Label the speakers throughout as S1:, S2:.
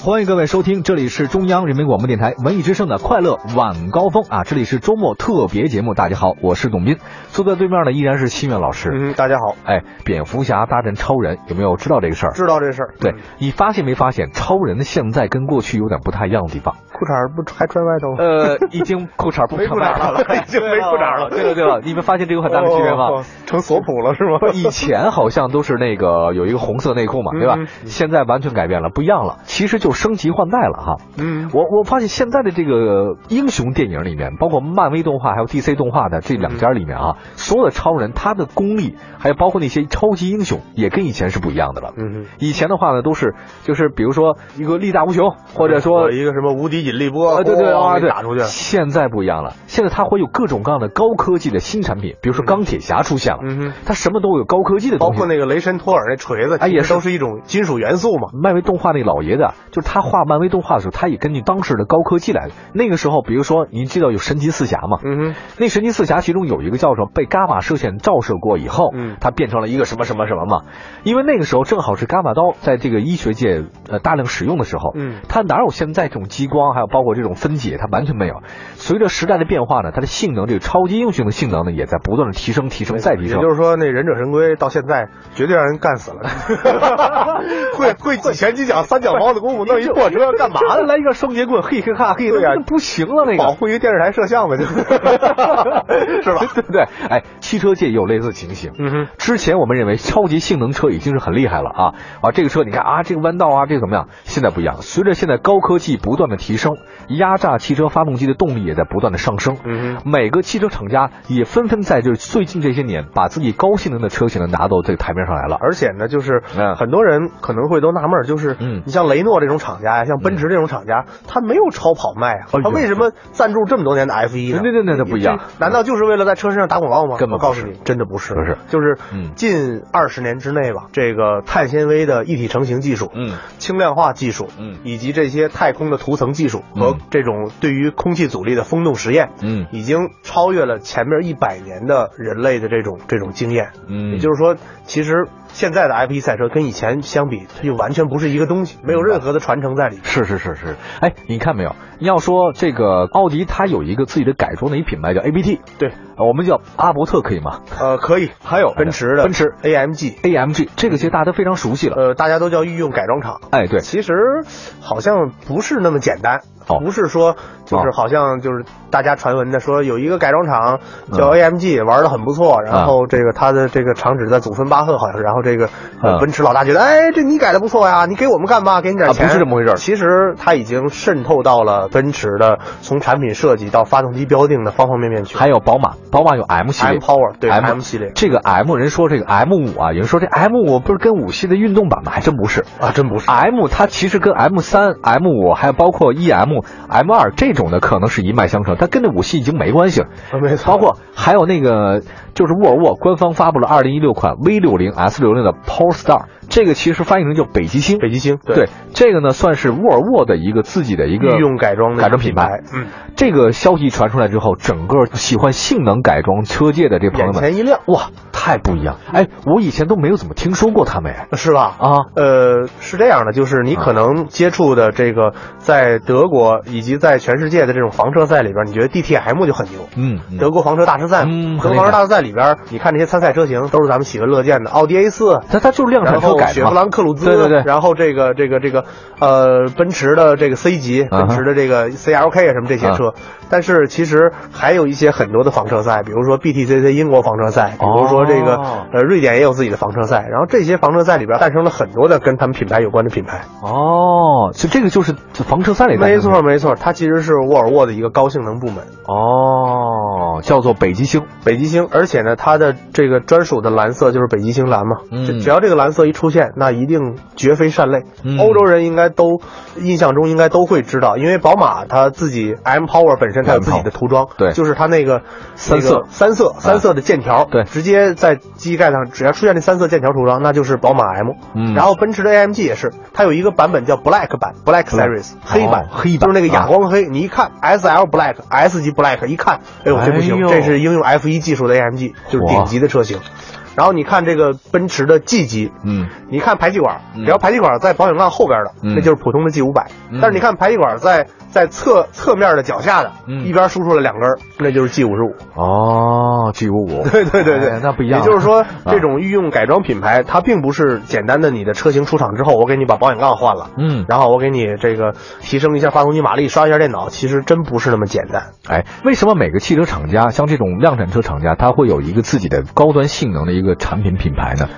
S1: 欢迎各位收听，这里是中央人民广播电台文艺之声的快乐晚高峰啊，这里是周末特别节目。大家好，我是董斌，坐在对面的依然是新月老师。
S2: 嗯，大家好，
S1: 哎，蝙蝠侠大战超人，有没有知道这个事儿？
S2: 知道这事儿。
S1: 对
S2: 嗯
S1: 你发现没发现，超人现在跟过去有点不太一样的地方？
S2: 裤衩儿不还穿外头吗？
S1: 呃，已经裤衩不
S2: 没
S1: 穿
S2: 裤衩
S1: 外套
S2: 了已经没裤衩了
S1: 对了对了，你们发现这有很大的区别吗？
S2: 哦？哦成索普了是吗？
S1: 以前好像都是那个有一个红色内裤嘛，对吧？
S2: 嗯嗯
S1: 现在完全改变了，不一样了，其实就升级换代了哈。
S2: 嗯，
S1: 我我发现现在的这个英雄电影里面，包括漫威动画还有 DC 动画的这两家里面啊，所有的超人他的功力，还有包括那些超级英雄，也跟以前是不一样的了。
S2: 嗯
S1: 以前的话呢，都是就是比如说一个力大无穷，或者
S2: 哼，
S1: 说
S2: 我一个什么无敌引力波，
S1: 啊，对对
S2: 咣
S1: 啊，
S2: 给
S1: 对，
S2: 打出去。
S1: 现在不一样了，现在它会有各种各样的高科技的新产品，比如说钢铁侠出现了，
S2: 嗯哼，
S1: 它什么都有高科技的
S2: 包
S1: 东西
S2: 括。那个雷神托尔那锤子，
S1: 哎也
S2: 其实都
S1: 是
S2: 是一种金属元素嘛。
S1: 漫威动画那老爷子啊，就是他画漫威动画的时候，他也根据当时的高科技来的。那个时候，比如说你知道有神奇四侠嘛，
S2: 嗯哼，
S1: 那神奇四侠其中有一个叫什么被伽马射线照射过以后，
S2: 嗯
S1: 他变成了一个什么什么什么嘛？因为那个时候正好是伽马刀在这个医学界呃大量使用的时候，
S2: 嗯
S1: 它哪有现在这种激光，还有包括这种分解，它完全没有。随着时代的变化呢，它的性能，这个超级英雄的性能呢，也在不断的提升、提升、再提
S2: 也
S1: 升
S2: 就。是说，那忍者神龟到现在绝对让人干死了，会会几拳几脚三脚猫子功夫弄一破车干嘛
S1: 完了
S2: 呢？
S1: 来一个双截棍，嘿嘿哈嘿，
S2: 对呀
S1: 那不行了那
S2: 保
S1: 个。
S2: 护一个电视台摄像呗，就是 是吧？
S1: 对对对，哎，汽车界也有类似情形。
S2: 嗯哼，
S1: 之前我们认为超级性能车已经是很厉害了啊啊，这个车你看啊，这个弯道啊，这个怎么样？现在不一样，随着现在高科技不断的提升，压榨汽车发动机的动力也在不断的上升。
S2: 嗯哼，
S1: 每个汽车厂家也纷纷在就是最近这些年，把自己高性能的车型呢拿到这个台面上来了。
S2: 而且呢，就是
S1: 嗯
S2: 很多人可能会都纳闷儿，就是
S1: 嗯
S2: 你像雷诺这种厂家呀，像奔驰这种厂家，他没有超跑卖啊
S1: 哎，呦
S2: 他为什么赞助这么多年的 F 1呢？
S1: 对对对对不一样嗯
S2: 这难道就是为了在车身上打广告吗？
S1: 根本
S2: 我
S1: 不
S2: 告
S1: 是
S2: 诉你，真的不是，
S1: 不是
S2: 就是
S1: 嗯
S2: 近二十年之内吧，这个碳纤维的一体成型技术，
S1: 嗯，
S2: 轻量化技术，
S1: 嗯
S2: 以及这些太空的涂层技术和
S1: 嗯
S2: 这种对于空气阻力的风洞实验，
S1: 嗯
S2: 已经超越了前面一百年的人类的这种这种经验，
S1: 嗯
S2: 也就是说，其实现在的 F 1赛车跟以前相比，它就完全不是一个东西，没有任何的传承在里面。
S1: 是是是是，哎，你看没有？你要说这个奥迪，它有一个自己的改装的一品牌叫 ABT，
S2: 对，
S1: 呃我们叫阿伯特可以吗
S2: 呃，可以，还有奔驰的
S1: 奔驰
S2: AMG，
S1: ？AMG 这个其实大家都非常熟悉了。
S2: 呃，大家都叫御用改装厂。
S1: 哎，对，
S2: 其实好像不是那么简单，
S1: 哦
S2: 不是说就是
S1: 哦
S2: 好像就是大家传闻的说有一个改装厂叫
S1: 嗯
S2: AMG 玩的很不错，然后这个它的这个厂址在祖芬巴赫好像是，然后这个
S1: 嗯
S2: 呃奔驰老大觉得哎这你改的不错呀，你给我们干嘛？给你点
S1: 啊
S2: 钱，
S1: 不是这么回事儿
S2: 其实它已经渗透到了奔驰的从产品设计到发动机标定的方方面面去。
S1: 还有宝马，宝马有 M 系
S2: M
S1: 列
S2: Power 对
S1: M,
S2: M 系列
S1: 这个 M 人说这个 M 五啊，有人说这 M 五不是跟五系的运动版吗？还真不是。
S2: 啊，真不是
S1: M 它其实跟 M 三、M 五还有包括 EM、M 二这种的可能是一脉相承，它跟这五系已经没关系了。
S2: 啊没错
S1: 包括还有那个就是沃尔沃官方发布了2016款 V 6 0 S 6 0的 Polestar，这个其实翻译成叫北极星。
S2: 北极星
S1: 对这个呢算是沃尔沃的一个自己的一个
S2: 御用改装的
S1: 改装
S2: 品
S1: 品牌。
S2: 嗯，
S1: 这个消息传出来之后，整个喜欢性能改装车界的这朋友
S2: 眼
S1: 们，
S2: 前一嗯亮
S1: 哇，太不一样！哎，我以前都没有怎么听说过他们哎
S2: 是吧？
S1: 啊。
S2: 呃，是这样的，就是你可能接触的这个，在德国以及在全世界的这种房车赛里边，你觉得 DTM 就很牛。
S1: 嗯，嗯
S2: 德国房车大师赛，
S1: 嗯
S2: 德国
S1: 很厉
S2: 房
S1: 害
S2: 车大师赛里边，你看这些参赛车型都是咱们喜闻乐见的，奥迪 A 四。
S1: 它它就是量产
S2: 然
S1: 车
S2: 后
S1: 改
S2: 雪
S1: 的
S2: 佛
S1: 嘛。
S2: 兰克鲁兹，
S1: 对对对
S2: 然后这个这个这个，呃，奔驰的这个 C 级，
S1: 啊哈
S2: 奔驰的这个 CLK 啊什么这些车，但是其实还有一些很多的房车赛，比如说 BTCC 英国房车赛，比如说这个、
S1: 哦
S2: 呃瑞典也有自己的房车赛，然后这些房车赛里边诞生了很多的跟他们品牌有关的品牌。
S1: 哦，就这个就是房车三里
S2: 没错没错，它其实是沃尔沃的一个高性能部门，
S1: 哦，叫做北极星。
S2: 北极星，而且呢，它的这个专属的蓝色就是北极星蓝嘛。
S1: 嗯
S2: 只只要这个蓝色一出现，那一定绝非善类。
S1: 嗯
S2: 欧洲人应该都印象中应该都会知道，因为宝马它自己 M Power 本身它有自己的涂装，
S1: 对
S2: 就是它那个
S1: 三色啊
S2: 那个三色三色的剑条，
S1: 对
S2: 直接在机盖上只要出现这三色剑条涂装，那就是宝马 M。
S1: 嗯
S2: 然后奔驰的 AMG 也是，它有一个版本叫 Black 版 Black Series 黑版，
S1: 黑版
S2: 就是那个哑
S1: 啊
S2: 光黑，你一看 SL Black S 级 Black 一看，哎呦这不
S1: 哎
S2: 行，
S1: 呦
S2: 这是应用 F 1技术的 AMG，就是顶级的车型。然后你看这个奔驰的 G 级，
S1: 嗯，
S2: 你看排气管，
S1: 嗯
S2: 只要排气管在保险杠后边的，
S1: 嗯
S2: 那就是普通的 G 五百。
S1: 嗯
S2: 但是你看排气管在在侧侧面的脚下的，
S1: 嗯
S2: 一边输出了两根儿，那就是 G 五十五。
S1: 哦，G 五五，
S2: 对对对对，
S1: 哎那不一样了
S2: 也就是说，这种御用改装品牌，它并不是简单的你的车型出厂之后，我给你把保险杠换了，
S1: 嗯，
S2: 然后我给你这个提升一下发动机马力，刷一下电脑，其实真不是那么简单。
S1: 哎，为什么每个汽车厂家，像这种量产车厂家，它会有一个自己的高端性能的一个产品品牌呢？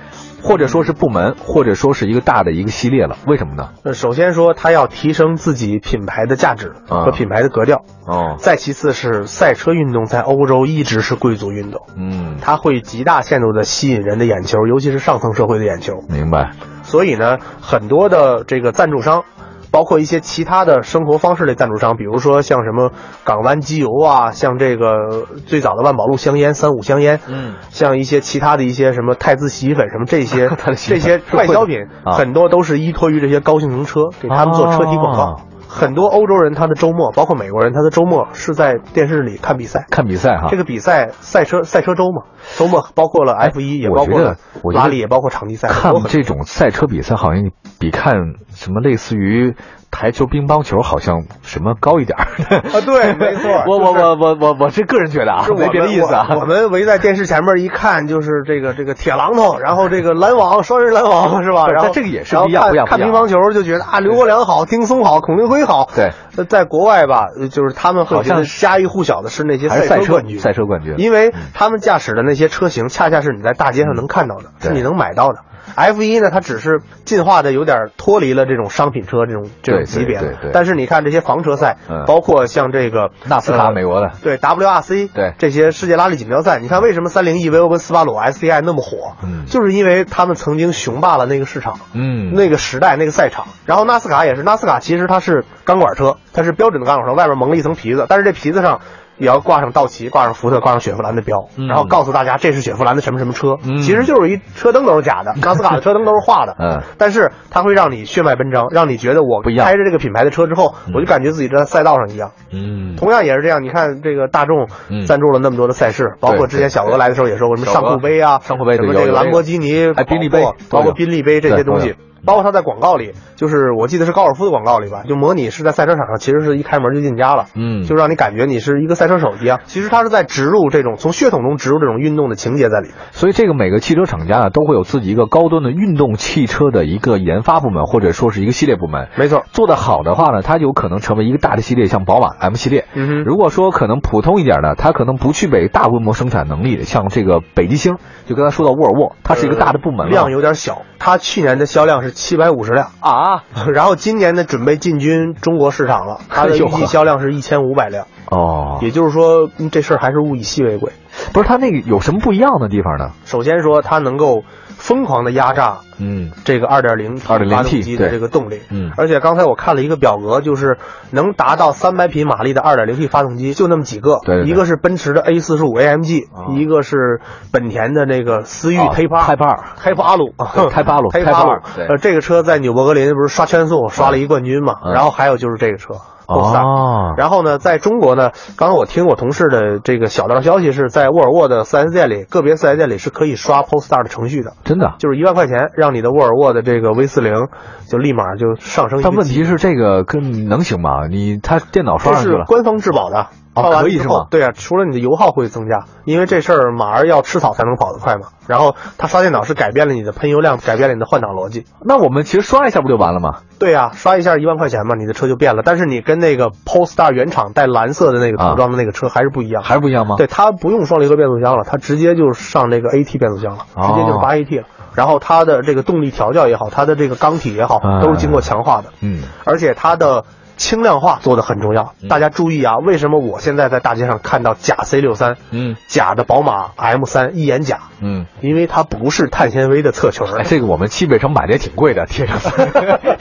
S1: 或者说是部门，或者说是一个大的一个系列了？为什么呢？
S2: 呃首先说，它要提升自己品牌的价值
S1: 啊
S2: 和品牌的格调，
S1: 哦，
S2: 再其次是赛车运动在欧洲一直是贵族运动。
S1: 嗯，
S2: 它会极大限度地吸引人的眼球，尤其是上层社会的眼球。
S1: 明白，
S2: 所以呢，很多的这个赞助商，包括一些其他的生活方式类赞助商，比如说像什么港湾机油啊，像这个最早的万宝路香烟、三五香烟，
S1: 嗯，
S2: 像一些其他的一些什么汰渍洗衣粉什 么这些
S1: 汰渍洗衣
S2: 这
S1: 粉
S2: 些快消品，
S1: 啊
S2: 很多都是依托于这些高性 能车给他们做车体广告。
S1: 哦
S2: 很多欧洲人他的周末，包括美国人他的周末是在电视里看比赛。
S1: 看比赛哈。
S2: 这个比赛赛车赛车周嘛，周末包括了 F 一，也
S1: 哎我
S2: 包
S1: 觉
S2: 括
S1: 得
S2: 了
S1: 我觉得
S2: 拉力，也包括场地赛，
S1: 看
S2: 都很
S1: 这种赛车比赛，好像比看什么类似于台球、乒乓球，好像什么高一点儿。
S2: 啊对没错
S1: 我我
S2: 就是
S1: 我我我我是个人觉得啊，
S2: 是我
S1: 没
S2: 们
S1: 别的意思啊。
S2: 我我们围在电视前面一看，就是这个这个铁榔头，然后这个拦网，双人拦网是吧？
S1: 对
S2: 然后
S1: 但这个也是
S2: 然后
S1: 不一样不一样
S2: 看
S1: 不
S2: 看
S1: 一样
S2: 乒乓球就觉得啊，刘国梁好，丁松好，孔令辉好。
S1: 对
S2: 呃，在国外吧，呃就是他们
S1: 好
S2: 好
S1: 像
S2: 像家喻户晓的是那些
S1: 还是赛
S2: 车
S1: 车
S2: 冠军，
S1: 赛车冠军嗯
S2: 因为他们驾驶的那些车型，恰恰是你在大街上能看到的，
S1: 对
S2: 是你能买到的。F 一呢，它只是进化的有点脱离了这种商品车这种这种
S1: 对对
S2: 级别了
S1: 对对
S2: 但是你看这些房车赛，
S1: 嗯
S2: 包括像这个
S1: 纳斯卡
S2: 呃
S1: 美国的
S2: 对 WRC，
S1: 对
S2: 这些世界拉力锦标赛，你看为什么三零 E、V 欧跟斯巴鲁、SCI 那么火？
S1: 嗯
S2: 就是因为他们曾经雄霸了那个市场，
S1: 嗯
S2: 那个时代那个赛场。然后纳斯卡也是，纳斯卡其实它是钢管车，它是标准的钢管车，外面蒙了一层皮子，但是这皮子上。也要挂上道奇，挂上福特，挂上雪佛兰的标，
S1: 嗯
S2: 然后告诉大家这是雪佛兰的什么什么车，
S1: 嗯
S2: 其实就是一车灯都是 假的，纳斯卡的车灯都是画的，
S1: 嗯，
S2: 但是它会让你血脉奔张，让你觉得我
S1: 不一样
S2: 开着这个品牌的车之后，我就感觉自己在赛道上一样。
S1: 嗯，
S2: 同样也是这样，你看这个大众
S1: 嗯
S2: 赞助了那么多的赛事，包括之前小鹅来的时候也说过什么
S1: 小
S2: 上
S1: 鹅
S2: 酷杯啊，
S1: 上酷杯
S2: 什
S1: 对
S2: 么
S1: 有
S2: 这个
S1: 有
S2: 兰博基尼、
S1: 哎宾利杯都
S2: 包括
S1: 有
S2: 包括宾利杯这些东
S1: 对
S2: 西
S1: 都，
S2: 包括他在广告里，就是我记得是高尔夫的广告里吧，就模拟是在赛车场上，其实是一开门就进家了，
S1: 嗯
S2: 就让你感觉你是一个赛车手一样。其实他是在植入这种从血统中植入这种运动的情节在里面。
S1: 所以这个每个汽车厂家呢，都会有自己一个高端的运动汽车的一个研发部门，或者说是一个系列部门。
S2: 没错，
S1: 做得好的话呢，它有可能成为一个大的系列，像宝马 M 系列。
S2: 嗯哼
S1: 如果说可能普通一点呢，它可能不具备大规模生产能力，像这个北极星，就刚才说到沃尔沃，它是一个大的部门了
S2: 量有点小，它去年的销量是七百五十辆。
S1: 啊。
S2: 然后今年呢，准备进军中国 市场了，它的预
S1: 哎
S2: 计
S1: 呦
S2: 销量是一千五百辆。
S1: 哦，
S2: 也就是说，嗯这事儿还是物以稀为贵。
S1: 不是它那个有什么不一样的地方呢？
S2: 首先说，它能够疯狂的压榨
S1: 嗯
S2: 这个二点零 T 发
S1: 2.0T
S2: 动机的
S1: 对
S2: 这个动力，
S1: 嗯
S2: 而且刚才我看了一个表格，就是能达到三百匹马力的二点零 T 发动机就那么几个，
S1: 对对对
S2: 一个是奔驰的 A 四十五 AMG，、
S1: 啊
S2: 一个是本田的那个思域
S1: 啊
S2: Type R，
S1: Type R
S2: 开发鲁，
S1: 哦对开发鲁
S2: 开
S1: 开
S2: 发
S1: 发
S2: 鲁
S1: 鲁对，
S2: 呃，这个车在纽博格林不是刷圈速刷了一冠军嘛，
S1: 嗯
S2: 然后还有就是这个车。Polestar
S1: 哦
S2: 然后呢，在中国呢，刚刚我听我同事的这个小道消息是在沃尔沃的 4S 店里，个别 4S 店里是可以刷 Polestar 的程序的，
S1: 真的。
S2: 就是一万块钱让你的沃尔沃的这个 V 4 0就立马就上升一个
S1: 但
S2: 级。
S1: 问题是这个跟能行吗？你它电脑
S2: 这
S1: 刷上去
S2: 是
S1: 了，
S2: 官方质保的，
S1: 哦
S2: 刷完
S1: 可以
S2: 之
S1: 是
S2: 后
S1: 吗
S2: 对啊，除了你的油耗会增加，因为这事儿马儿要吃草才能跑得快嘛。然后它刷电脑是改变了你的喷油量，改变了你的换挡逻辑。
S1: 那我们其实刷一下不就完了吗？
S2: 对啊，刷一下一万块钱嘛，你的车就变了。但是你跟那个 Polestar 原厂带蓝色的那个涂装的那个车还是不一样。
S1: 啊还是不一样吗？
S2: 对，它不用双离合变速箱了，它直接就上这个 AT 变速箱了，
S1: 哦
S2: 直接就是八 AT 了。然后它的这个动力调教也好，它的这个缸体也好
S1: 嗯，
S2: 都是经过强化的。
S1: 嗯，
S2: 而且它的轻量化做的很重要。大家注意啊，为什么我现在在大街上看到假 C 六三，
S1: 嗯，
S2: 假的宝马 M 三一眼假，
S1: 嗯。
S2: 因为它不是碳纤维的侧裙儿。
S1: 哎，这个我们西北城买的也挺贵的， 贴上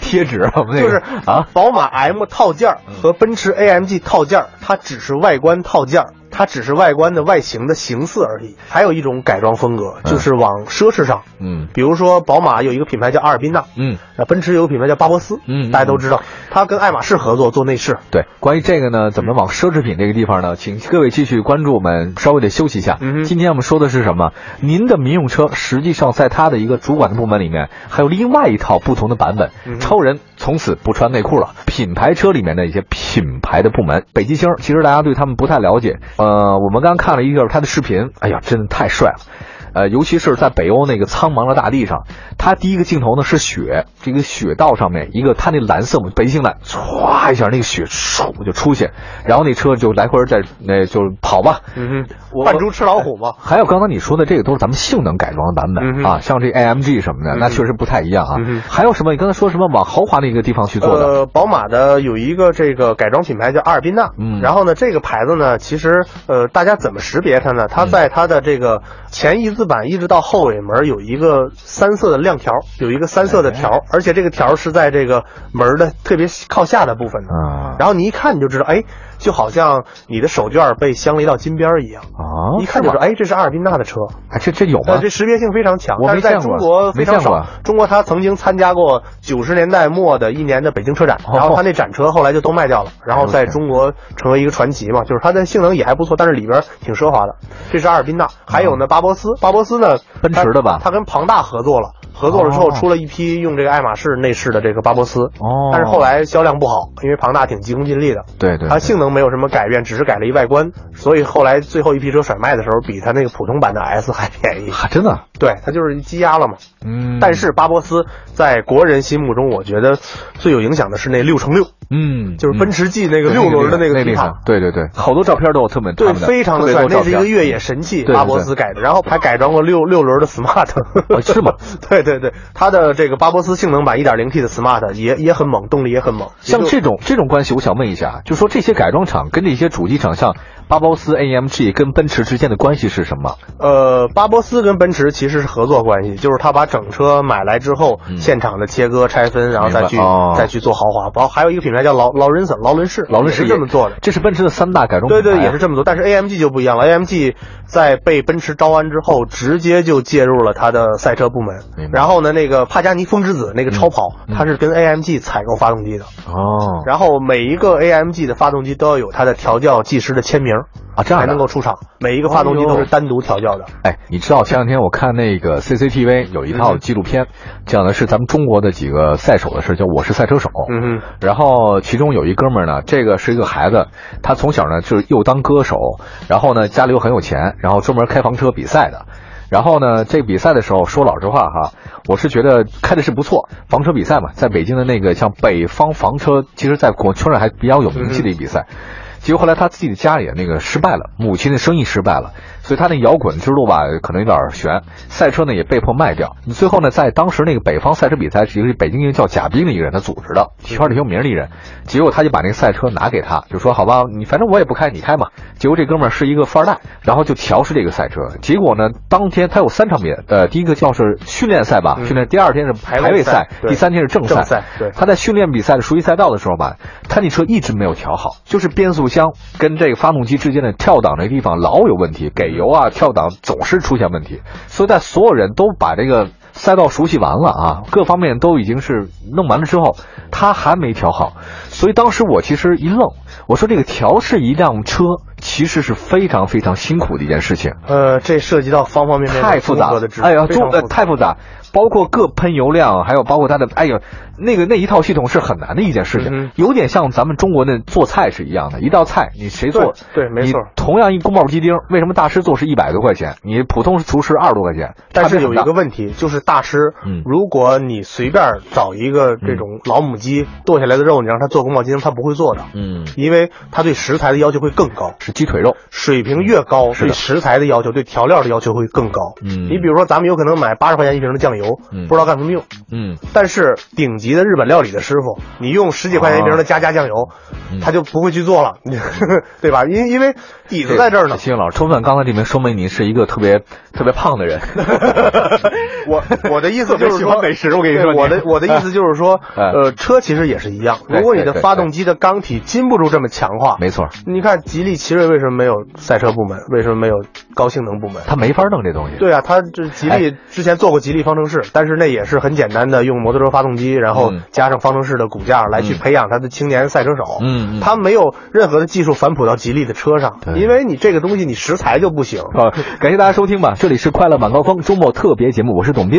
S1: 贴纸，我们那个
S2: 就是
S1: 啊，嗯
S2: 宝马 M 套件儿和奔驰 AMG 套件儿，它只是外观套件儿，它只是外观的外形的形似而已。还有一种改装风格，
S1: 嗯
S2: 就是往奢侈上，
S1: 嗯
S2: 比如说宝马有一个品牌叫阿尔宾纳，
S1: 嗯，
S2: 呃，奔驰有个品牌叫巴博斯，
S1: 嗯嗯
S2: 大家都知道，它跟爱马仕合作做内饰，
S1: 对，关于这个呢，怎么往奢侈品这个地方呢？请各位继续关注我们，稍微得休息一下。
S2: 嗯哼
S1: 今天我们说的是什么？您的民用车实际上在它的一个主管的部门里面，还有另外一套不同的版本。
S2: 嗯哼
S1: 超人从此不穿内裤了。品牌车里面的一些品牌的部门，北极星，其实大家对他们不太了解。呃，我们刚看了一个他的视频，哎呀，真的太帅了。呃，尤其是在北欧那个苍茫的大地上，它第一个镜头呢是雪，这个雪道上面一个它那蓝色，我们北极星蓝，唰一下那个雪唰就出现，然后那车就来回儿在那就跑吧。
S2: 嗯
S1: 我
S2: 扮猪吃老虎嘛，
S1: 还有刚才你说的这个都是咱们性能改装的版
S2: 嗯
S1: 本、
S2: 哼
S1: 啊，像这 AMG 什么的，
S2: 嗯哼
S1: 那确实不太一样啊。
S2: 嗯哼
S1: 还有什么？你刚才说什么往豪华的一个地方去做的？
S2: 呃，宝马的有一个这个改装品牌叫阿尔宾纳，
S1: 嗯
S2: 然后呢，这个牌子呢，其实呃，大家怎么识别
S1: 嗯
S2: 它呢？它在它的这个前翼子板一直到后尾门有一个三色的亮条，有一个三色的条，
S1: 哎
S2: 而且这个条是在这个门的特别靠下的部分的。
S1: 啊
S2: 然后你一看你就知道，哎，就好像你的手绢被镶了一道金边儿一样，
S1: 啊！
S2: 一看就知
S1: 是
S2: 道，哎，这是阿尔宾纳的车。
S1: 吗，哎，这这有
S2: 呃，
S1: 吗
S2: 这？识别性非常强，
S1: 我
S2: 但
S1: 没
S2: 是在
S1: 见过
S2: 中国非常
S1: 没见过啊
S2: 少。中国它曾经参加过九十年代末的一年的北京车展，
S1: 哦
S2: 然后它那展车后来就都卖掉了，然后在中国成为一个传奇嘛，就是它的性能也还不错，但是里边挺奢华的。这是阿尔宾纳，还有呢巴博斯，巴博斯呢，
S1: 哦奔驰的吧
S2: 它它跟庞大合作了。合作了之
S1: 哦
S2: 后，出了一批用这个爱马仕内饰的这个巴博斯，
S1: 哦
S2: 但是后来销量不好，因为庞大挺急功近利的，
S1: 对对，
S2: 它性能没有什么改变，只是改了一外观，所以后来最后一批车甩卖的时候，比它那个普通版的 S 还 便宜。
S1: 啊，真的，
S2: 对，它就是积压了嘛。
S1: 嗯，
S2: 但是巴博斯在国人心目中，我觉得最有影响的是那六乘六，
S1: 嗯，
S2: 就是奔
S1: 驰。
S2: 驰 G 那个六轮的
S1: 那
S2: 那个皮
S1: 厉害
S2: 卡，，
S1: 对对对，好多照片都有特别
S2: 对，
S1: 他们的
S2: 非常
S1: 特别
S2: 的帅，
S1: 多照
S2: 那是一个
S1: 片
S2: 越野神器，
S1: 对对
S2: 巴博斯改的，然后还改装过六六轮的 Smart，
S1: 哦是吗？
S2: 对对对，它的这个巴博斯性能版 1.0T 的 Smart 也也很猛，动力也很猛，
S1: 像
S2: 也就
S1: 这种这种关系，我想问一下，啊就说这些改装厂跟这些主机厂，像巴博斯、AMG 跟奔驰之间的关系是什么？
S2: 呃，巴博斯跟奔驰其实是合作关系，就是他把整车买来之后，
S1: 嗯
S2: 现场的切割拆分，然后再去、
S1: 明白哦
S2: 再去做豪华。包括还有一个品牌叫劳劳伦森劳伦士，
S1: 劳伦士也
S2: 也是这么做的。
S1: 这是奔驰的三大改装
S2: 对
S1: 品牌啊
S2: 对，也是这么做，但是 AMG 就不一样了。AMG 在被奔驰招安之后，直接就介入了它的赛车部
S1: 明白
S2: 门。然后呢，那个帕加尼风之子那个超跑，
S1: 嗯嗯
S2: 它是跟 AMG 采购发动机的。
S1: 哦
S2: 然后每一个 AMG 的发动机都要有它的调教技师的签名，
S1: 啊，这
S2: 才
S1: 样
S2: 能
S1: 的
S2: 够。出厂。每一个发动机都
S1: 哎
S2: 是
S1: 呦
S2: 单独调教的。
S1: 哎，你知道前两天我看那个 CCTV 有一套
S2: 嗯
S1: 纪录片，讲的是咱们中国的几个赛手的事，叫《我是赛车手》。
S2: 嗯哼。
S1: 然后其中有一哥们儿呢，这个是一个孩子，他从小呢就是又当歌手，然后呢家里又很有钱，然后专门开房车比赛的。然后呢，这比赛的时候说老实话哈，我是觉得开的是不错，房车比赛嘛，在北京的那个像北方房车，其实在国圈上还比较有名气的一比赛。结果后来他自己的家里那个失败了，母亲的生意失败了，所以他那摇滚之路吧，可能有点悬。赛车呢也被迫卖掉。最后呢，在当时那个北方赛车比赛，是一个北京一个叫贾冰的一个人，他组织的，体圈里有名的一人。结果他就把那个赛车拿给他，就说好吧，你反正我也不开，你开嘛。结果这哥们儿是一个富二代，然后就调试这个赛车。结果呢，当天他有三场比，呃，第一个叫是训练赛吧，
S2: 嗯
S1: 训练，第二天是
S2: 排
S1: 排
S2: 位
S1: 位
S2: 赛
S1: 赛，
S2: 对
S1: 第三天是正
S2: 正赛对
S1: 他在训练比赛的熟悉赛道的时候吧，他那车一直没有调好，就是变速箱跟这个发动机之间的跳档这个地方老有问题，给油啊跳档总是出现问题，所以在所有人都把这个赛道熟悉完了啊，各方面都已经是弄完了之后，他还没调好，所以当时我其实一愣，我说这个调试一辆车其实是非常非常辛苦的一件事情。
S2: 呃，这涉及到方方面面
S1: 太复杂
S2: 了
S1: 了，，哎
S2: 哎呀，
S1: 呀，中呃太复杂，包括各喷油量，还有包括它的，哎呦，那个那一套系统是很难的一件事情，
S2: 嗯哼
S1: 有点像咱们中国的做菜是一样的，一道菜你谁做，
S2: 对对没错
S1: 你同样一宫保鸡丁，为什么大师做是一百多块钱，你普通厨师二十多块钱？
S2: 但
S1: 差
S2: 是
S1: 别
S2: 有
S1: 很
S2: 一
S1: 大
S2: 个问题，就是大师，
S1: 嗯
S2: 如果你随便找一个这种老母鸡剁下来的肉，你让它做宫保鸡丁，它不会做的，
S1: 嗯，
S2: 因为它对食材的要求会更高。
S1: 是鸡腿肉，
S2: 水平越高，
S1: 嗯是的
S2: 对食材的要求、对调料的要求会更高。
S1: 嗯
S2: 你比如说，咱们有可能买八十块钱一瓶的酱油，
S1: 嗯
S2: 不知道干什么用。
S1: 嗯，
S2: 但是顶级的日本料理的师傅，你用十几块钱一瓶的加加酱油，
S1: 啊嗯
S2: 他就不会去做了， 对吧？因因为底子在这儿呢。
S1: 谢谢老师，充分刚才这名说明您是一个特别特别胖的人，
S2: 我我的意思
S1: 特别
S2: 就是
S1: 喜欢
S2: 说，
S1: 美食我跟你
S2: 对
S1: 说你
S2: 我的我的意思就是说，
S1: 哎
S2: 呃，车其实也是一样，
S1: 对
S2: 如果你
S1: 对
S2: 的
S1: 对
S2: 发动机的缸体经不住这么强化，
S1: 没错，
S2: 你看吉利、奇瑞为什么没有赛车部门？为什么没有高性能部门？
S1: 他没法弄这东西。
S2: 对啊，它这吉
S1: 哎
S2: 利之前做过吉利方程式，但是那也是很简单的用摩托车发动机，然后
S1: 嗯
S2: 加上方程式的骨架来去
S1: 嗯
S2: 培养它的青年赛车手。
S1: 嗯嗯
S2: 它没有任何的技术反哺到吉利的车上，
S1: 对嗯
S2: 因为你这个东西你食材就不行。
S1: 啊，感谢大家收听吧，这里是快乐晚高峰周末特别节目，我是董斌。